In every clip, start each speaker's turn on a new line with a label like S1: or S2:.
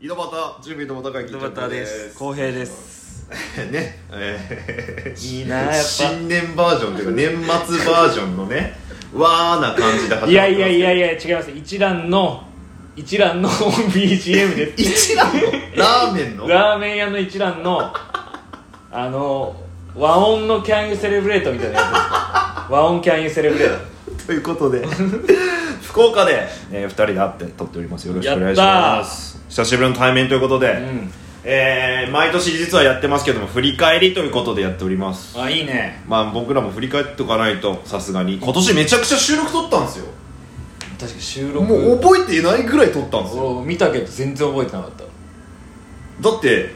S1: 井戸端準備の元高木
S2: 井戸端です浩平です
S1: ねえー
S2: いいなやっぱ
S1: 新年バージョンというか年末バージョンのねわーな感じで始まってますけど
S2: いやいやいやいや違います一蘭の一蘭の BGM です
S1: 一蘭のラーメンの
S2: ラーメン屋の一蘭のあの和音の「Can You Celebrate」みたいなやつです和音「Can You Celebrate
S1: ということで 福岡で、えー、2人で会って撮っておりますよろしくお願いします久しぶりの対面ということで、」えー毎年実はやってますけども振り返りということでやっております
S2: うんあいいね
S1: まあ僕らも振り返っておかないとさすがに今年めちゃくちゃ収録撮ったんですよ
S2: 確か収録
S1: もう覚えていないぐらい撮ったんですよ
S2: 俺見たけど全然覚えてなかった
S1: だって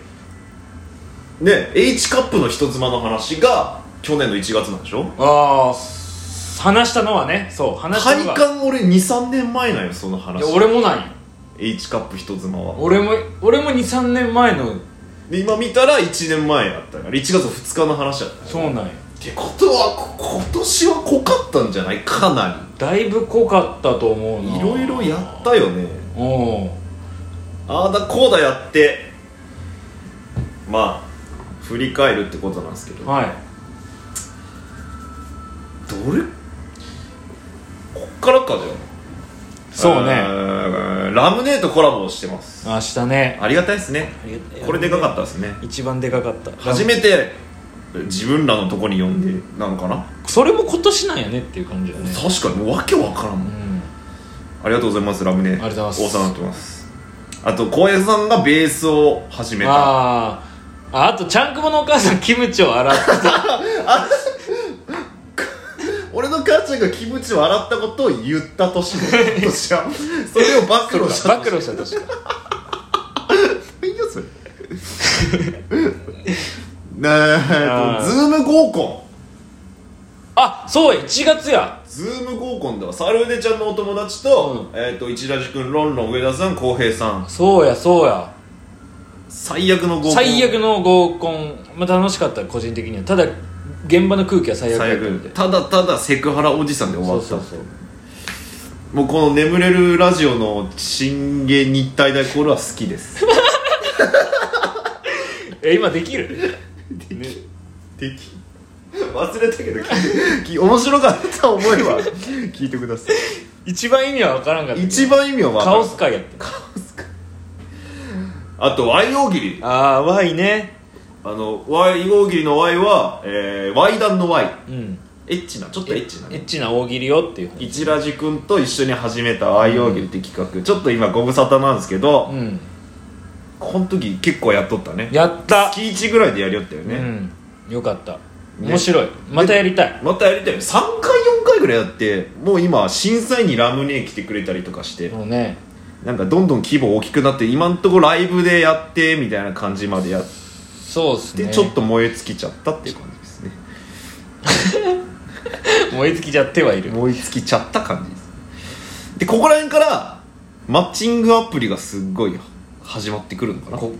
S1: ね H カップの人妻の話が去年の1月なんでしょ
S2: ああす話したのはねそう話した
S1: 体
S2: のが
S1: 感俺23年前なんよその話
S2: いや俺もない
S1: H カップ人妻は
S2: 俺も俺も23年前の
S1: で今見たら1年前やったから1月2日の話だった
S2: そうなんや
S1: ってことはこ今年は濃かったんじゃないかな
S2: だいぶ濃かったと思う
S1: り
S2: ない
S1: ろいろやったよね
S2: おう
S1: ああだこうだやってまあ振り返るってことなんですけどど
S2: はい
S1: れこっからかじゃあ
S2: そう
S1: え
S2: ね
S1: ーラムネとコラボをしてます
S2: 明日ね
S1: ありがたいですねこれでかかったですね
S2: 一番でかかった
S1: 初めて自分らのとこに呼んでなのかな
S2: それも今年なんやねっていう感じだね
S1: 確かにもうわけわからんも
S2: うんん
S1: ありがとうございますラムネあ
S2: りがとうございます
S1: お世話になってますあと浩平さんがベースを始めた
S2: あーああとちゃんくぼのお母さんキムチを洗ってた
S1: 俺の母ちゃんがキムチを洗ったことを言った年 の年はそれを暴露した
S2: 暴露した年か
S1: いいよそれ なあ
S2: あー
S1: ズーム合コン
S2: あそうや1月や
S1: ズーム合コンではサルデちゃんのお友達と,、えー、と一ラジ君ロンロン上田さん浩平さん
S2: そうやそうや
S1: 最悪の合コン
S2: 最悪の合コン、まあ、楽しかった個人的にはただ現場の空気は最悪
S1: 最
S2: だったみ
S1: 悪
S2: たい
S1: ただただセクハラおじさんで終わ
S2: そう
S1: った
S2: そうそう
S1: もうこの「眠れるラジオ」の震源日体大コールは好きです
S2: え今できるね
S1: 敵忘れた けど聞いて面白かった思いは聞いてくださ
S2: 一番意味は分からんかった
S1: い一番意味は分か
S2: カ
S1: る
S2: オス会やって
S1: あとワイ大喜利
S2: ああ Y ね
S1: あのワイ大喜利の Y は、えー、ワイダンの Y
S2: うん
S1: エッチなちょっとエッチなね
S2: エッチな大喜利よっていう
S1: 一ラジ君と一緒に始めた愛用牛って企画、ちょっと今ご無沙汰なんですけど、
S2: うん
S1: この時結構やっとったね
S2: やった
S1: 月1ぐらいでやりよったよ
S2: う
S1: ね、
S2: んよかった面白いまたやりたい
S1: またやりたいよ3回4回ぐらいやってもう今審査員にラムネ来てくれたりとかして、
S2: もうね
S1: なんかどんどん規模大きくなって今んとこライブでやってみたいな感じまでやっ
S2: そうっす
S1: て、
S2: ね
S1: ちょっと燃え尽きちゃったっていう感じですね
S2: 燃え尽きちゃってはいる
S1: 燃え尽きちゃった感じですでここら辺からマッチングアプリがすっごい始まってくるのかな
S2: こ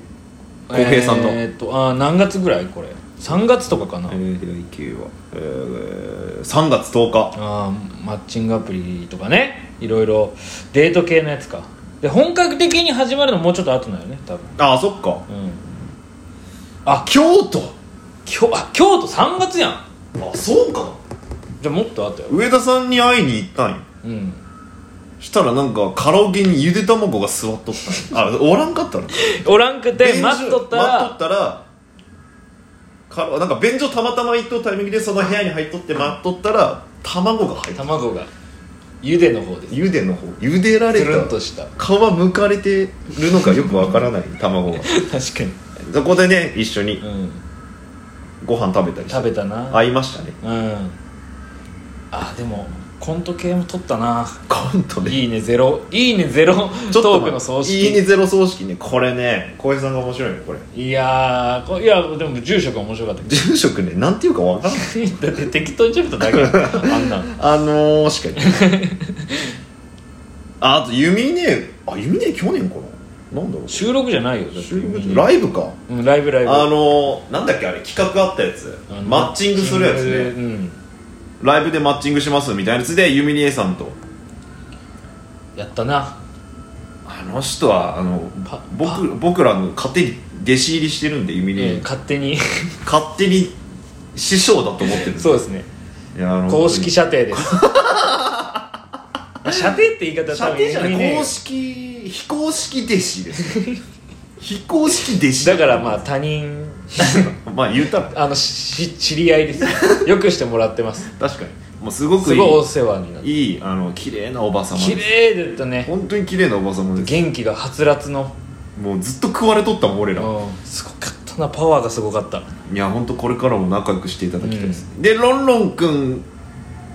S1: 浩平さんの
S2: えーっとあー何月ぐらいこれ3月とかかな
S1: えー、平井圭は、えー、3月10日
S2: あーマッチングアプリとかねいろいろデート系のやつかで本格的に始まるのもうちょっと後なのよね多分
S1: ああそっか
S2: うん
S1: あ京都
S2: 京あ京都3月やん
S1: あそうか
S2: じゃあもっと後よ
S1: 上田さんに会いに行ったんよ
S2: うん
S1: したらなんかカラオケにゆで卵が座っとった んよあおらんかったの
S2: おらんくて待っとった
S1: 待っとった
S2: ら
S1: らカラなんか便所たまたま行っとったタイミングでその部屋に入っとって待っとったら卵が入った
S2: 卵がゆでの方です
S1: ゆでの方ゆでられ
S2: つ
S1: た
S2: るんとした
S1: 皮むかれてるのかよくわからない卵が
S2: 確かに
S1: そこでね一緒に
S2: うん
S1: ご飯食べたりして
S2: 食べたな
S1: 会いましたね
S2: うんあでもコント系も撮ったな
S1: コントで
S2: いいねゼロいいねゼロ
S1: ちょっと
S2: トークの葬式
S1: いいねゼロ葬式ねこれね浩平さんが面白いねこれ
S2: いやーこいやでも住職は面白かったけど
S1: 住職ねなんていうかわからん
S2: だって適当に喋っただけやんあんなん
S1: あのー、しかに ああと弓ねあ弓ね去年かななんだろう
S2: 収録じゃないよだって
S1: 収録じゃライブか
S2: うんライブライブ
S1: あのー、なんだっけあれ企画あったやつ
S2: あの
S1: マッチングするやつ
S2: マッチ
S1: ね
S2: ングうん
S1: ライブでマッチングしますみたいなやつでユミニエさんと
S2: やったな
S1: あの人はあの
S2: パ
S1: 僕僕らの勝手に弟子入りしてるんでゆみり
S2: え
S1: ん
S2: え勝手に
S1: 勝手に師匠だと思ってる
S2: そうですね
S1: いやあの
S2: 公式射程です 射程って言い方
S1: 射程じゃな
S2: 多分ね
S1: い公式非公式弟子ですね非公式弟子
S2: だからまあ他人
S1: あ まあ言うたら
S2: あのし知り合いですよくしてもらってます
S1: 確かにもうすごく
S2: す
S1: い
S2: ごいお
S1: い
S2: 世話になって
S1: いいあの綺麗なおばさま
S2: 綺
S1: です
S2: 麗だったね
S1: 本当に綺麗なおばさまです
S2: 元気がはつらつの、
S1: もうずっと食われとったもん俺ら
S2: うん、すごかったなパワーがすごかった
S1: いや本当これからも仲良くしていただきたいです、でロンロンくん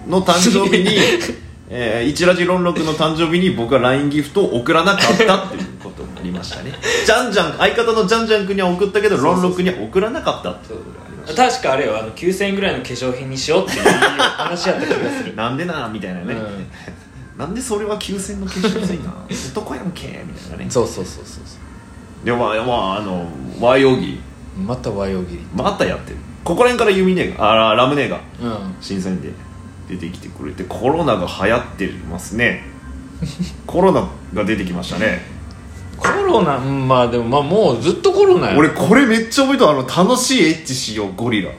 S1: の誕生日に えー、一ラジロンロンくんの誕生日に僕は LINE ギフトを送らなかったっていうこともありましたねジャンジャン相方のジャンジャンくんには送ったけどロンロンくんには送らなかったっていうことがありました
S2: 確かあれよあの9000円ぐらいの化粧品にしようっていう話やった気がする
S1: なんでなみたいなね、
S2: うん
S1: なんでそれは急戦の決勝戦いな男やんけみたいなね
S2: そうそうそうそうそう
S1: でもまあまああの和洋着
S2: また和洋切り
S1: またやってるここら辺から弓ねがあラムネが
S2: うん
S1: 審査員で出てきてくれてコロナが流行ってます ねコロナが出てきましたね
S2: コロナうんまあでもまあもうずっとコロナよ
S1: 俺これめっちゃ覚えてるあの楽しいエッチしようゴリラ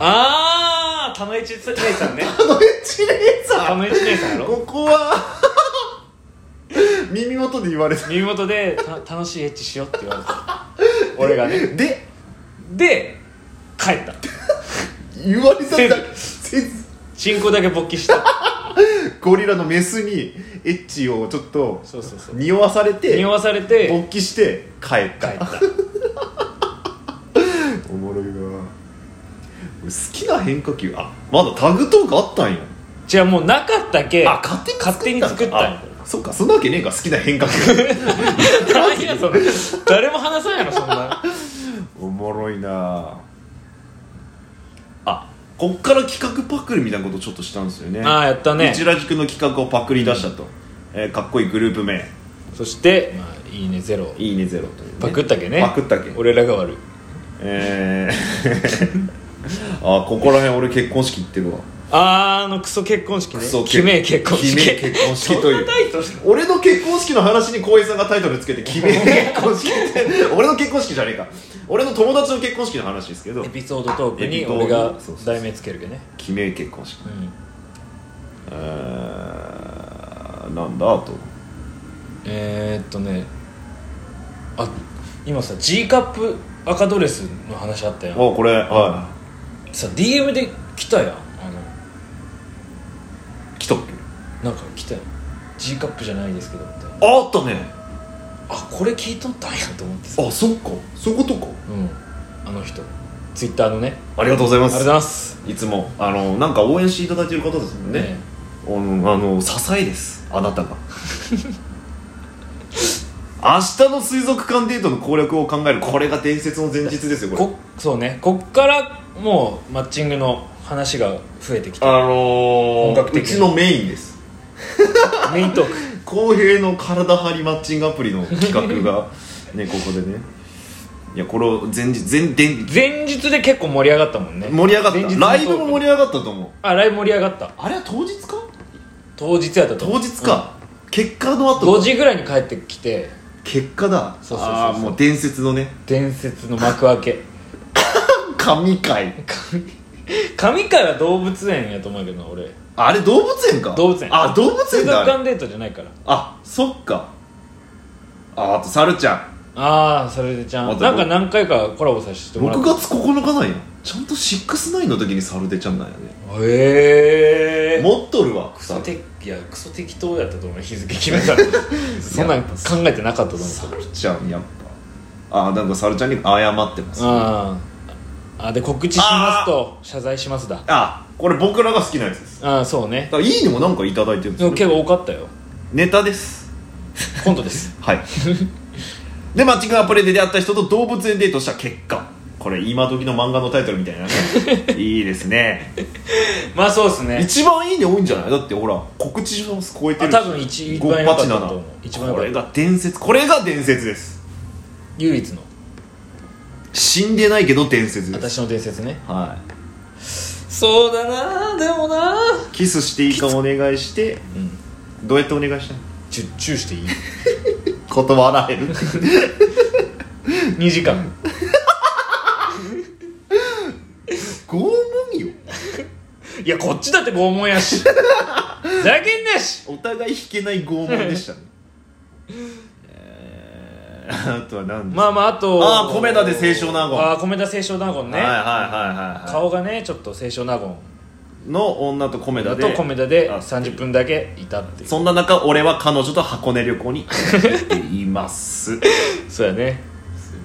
S2: ああ田野一姉さんね
S1: あのエッチ姉
S2: 田
S1: さん
S2: 野一姉さんや ろ
S1: ここは耳元で言われた
S2: 耳元でた楽しいエッチしようって言われた俺がね
S1: で
S2: で帰った
S1: 言われたんだせず
S2: 進行だけ勃起した
S1: ゴリラのメスにエッチをちょっと
S2: そうそうそう
S1: 匂わされて
S2: 匂わされて
S1: 勃起して帰っ
S2: 帰
S1: た
S2: った
S1: おもろいわ俺好きな変化球あまだタグトークあったんよ
S2: じゃあもうなかったけ
S1: あ勝手に作った
S2: 勝手に作ったんや
S1: あそっかそんなわけねえか好きな変化 球
S2: 何やその誰も話さんやろそんな
S1: おもろいなあこっから企画パクリみたいなことちょっとしたんですよね
S2: ああやったね
S1: 一ラジ君の企画をパクリ出したと、えーかっこいいグループ名
S2: そして、まあ、いいねゼロ
S1: いいねゼロという、ね、
S2: パクったけね
S1: パクったけ
S2: 俺らが悪い
S1: えー、 あここら辺俺結婚式行ってるわ
S2: あーあのクソ結婚式ね
S1: クソ
S2: 決め結婚式
S1: 決め結婚式という
S2: そんなタイトル
S1: 俺の結婚式の話に浩平さんがタイトルつけて「決め結婚式」って俺の結婚式じゃねえか俺の友達の結婚式の話ですけ ど
S2: エピソードトーク
S1: エピ
S2: に
S1: ソード
S2: 俺が
S1: そうそうそう
S2: 題名つけるけどね
S1: 決め結婚式
S2: うん
S1: えーなんだあと
S2: えー、っとねあ今さ G カップ赤ドレスの話あったやん
S1: あこれは
S2: さ DM で来たやんあの
S1: い来たっけ
S2: なんか来たよ G カップじゃないですけどみたいな
S1: ああったね
S2: あこれ聞いとったんやと思ってさ
S1: あそっかそういうことか
S2: うんあの人ツイッターのね
S1: ありがとうござい
S2: あ
S1: ま
S2: りが
S1: す
S2: とうございます
S1: いつもあのなんか応援していただいてる方ですもんね
S2: ね
S1: うんあの支えですあなたが 明日の水族館デートの攻略を考えるこれが伝説の前日ですよこれ
S2: こそうねこっからもうマッチングの話が増えてき
S1: あ
S2: た
S1: の
S2: 本格
S1: ー、う
S2: 的に
S1: ちのメインです
S2: メイン トーク
S1: 浩平の体張りマッチングアプリの企画 がねここでねいやこれを前日前前
S2: 前日で結構盛り上がったもんね
S1: 盛り上がっ
S2: 前日
S1: た
S2: のトー
S1: ラ
S2: ク
S1: イブも盛り上がったと思う
S2: あライブ盛り上がった
S1: あれは当日か
S2: 当日やったと思
S1: 当
S2: う
S1: 日か、結果の後
S2: 5時ぐらいに帰ってきて
S1: 結果だ
S2: そうそうそうそう
S1: あーもう伝説のね
S2: 伝説の幕開け
S1: 神回
S2: 神神回は動物園やと思うけどな俺
S1: あれ動物園か
S2: 動物園
S1: あ動物
S2: 水
S1: 園
S2: 族
S1: だあれ
S2: 館デートじゃないから
S1: あそっかああと猿ちゃん
S2: ああそれでちゃ
S1: ま
S2: ん
S1: た
S2: なんか何回かコラボさせてもら
S1: 6
S2: っ
S1: 月9日なんやちゃんと69の時に猿出ちゃんなんやね
S2: へえ
S1: 持っとるわ
S2: クソ
S1: 猿
S2: ていやクソ適当やったと思う日付決めたら そんなん考えてなかったと思う
S1: ちゃんやっぱああなんか猿ちゃんに謝ってますあ
S2: ああで告知しますと謝罪しますだ
S1: あこれ僕らが好きなやつです
S2: ああそうね
S1: だからいいねもなんか頂いただいてるん
S2: でも
S1: です
S2: 結
S1: よ
S2: 構多かったよ
S1: ネタです
S2: 今度です
S1: はい でマッチングアプリで出会った人と動物園デートした結果これ今時の漫画のタイトルみたいなね いいですね
S2: まあそうですね
S1: 一番いいね多いんじゃないだってほら告知の数超えてるし
S2: あ多分一一番良かったと思う
S1: 587
S2: 一番良
S1: こ
S2: かった
S1: れが伝説これが伝説です
S2: 唯一の
S1: 死んでないけど伝説です
S2: 私の伝説ね
S1: は
S2: そうだなでもない
S1: キスしていいかお願いして
S2: うん
S1: どうやってお願いしたの
S2: チュチューしていい
S1: 断られる
S2: 2時間
S1: 拷問よ
S2: いやこっちだって拷問 やしふざけんなし
S1: お互い引けない拷問でしたねえーあとは何ですか
S2: まあまああと
S1: あー米田で清少納言
S2: ああ米田清少納言ね、
S1: はいはいはいはい、は
S2: 顔がねちょっと清少納言
S1: い、の女と米田
S2: だ
S1: で
S2: と米田で
S1: あ
S2: 30分だけいたっていう
S1: そんな中俺は彼女と箱根旅行に行っていますす い
S2: そうやね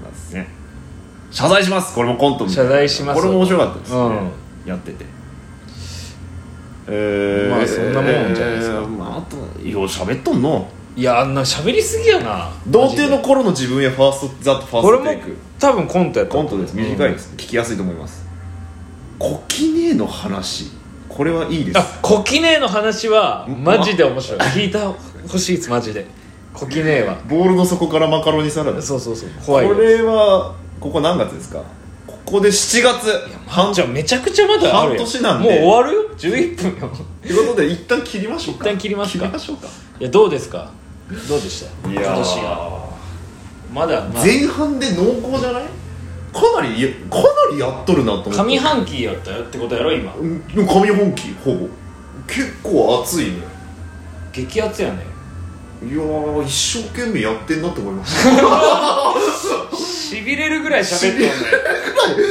S1: ません謝罪しますこれもコントみたい
S2: 謝
S1: な
S2: 罪します
S1: これも面白かったですね、やっててえー、
S2: まあそんなもんじゃないですか
S1: えーまあ、あとよう喋っとんの
S2: いやあんな喋りすぎやな
S1: 童貞の頃の自分へファーストザ・ファー
S2: これ
S1: スト
S2: も
S1: テイク
S2: 多分コントやった
S1: コントです短いです、聞きやすいと思いますコキネの話これはいいです
S2: あコキネーの話は
S1: ん
S2: マジで面白い聞いたほしいですマジでコキネーは
S1: ボールの底からマカロニサラダ
S2: そうそうそう
S1: こ
S2: 怖いよ
S1: れはここ何月ですかここで7月半
S2: じゃあめちゃくちゃまだある
S1: 半
S2: や
S1: 年なんで
S2: もう終わるよ11分よ
S1: ということで一旦切りましょうか
S2: 一旦切りますか
S1: 切りましょうか
S2: いやどうですかどうでした
S1: いや
S2: 今年がまだ、まあ、
S1: 前半で濃厚じゃないかなりやかなりやっとるなと思って
S2: 上半期やったよってことやろ今
S1: うんでも上半期ほぼ結構熱いね
S2: 激アツやね
S1: いやー一生懸命やってんなって思いました
S2: しびれるぐらい喋 ってんね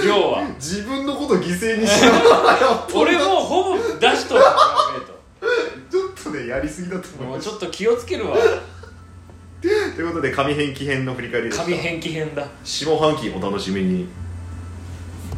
S2: 量は
S1: 自分のこと犠牲にしながらやっとる
S2: 俺
S1: な
S2: もうほぼ出しとるからね
S1: ちょっとねやりすぎだと思い
S2: もう
S1: まし
S2: ちょっと気をつけるわ
S1: たということで上半期編の振り返りでした
S2: 上変気編だ
S1: 下半期お楽しみに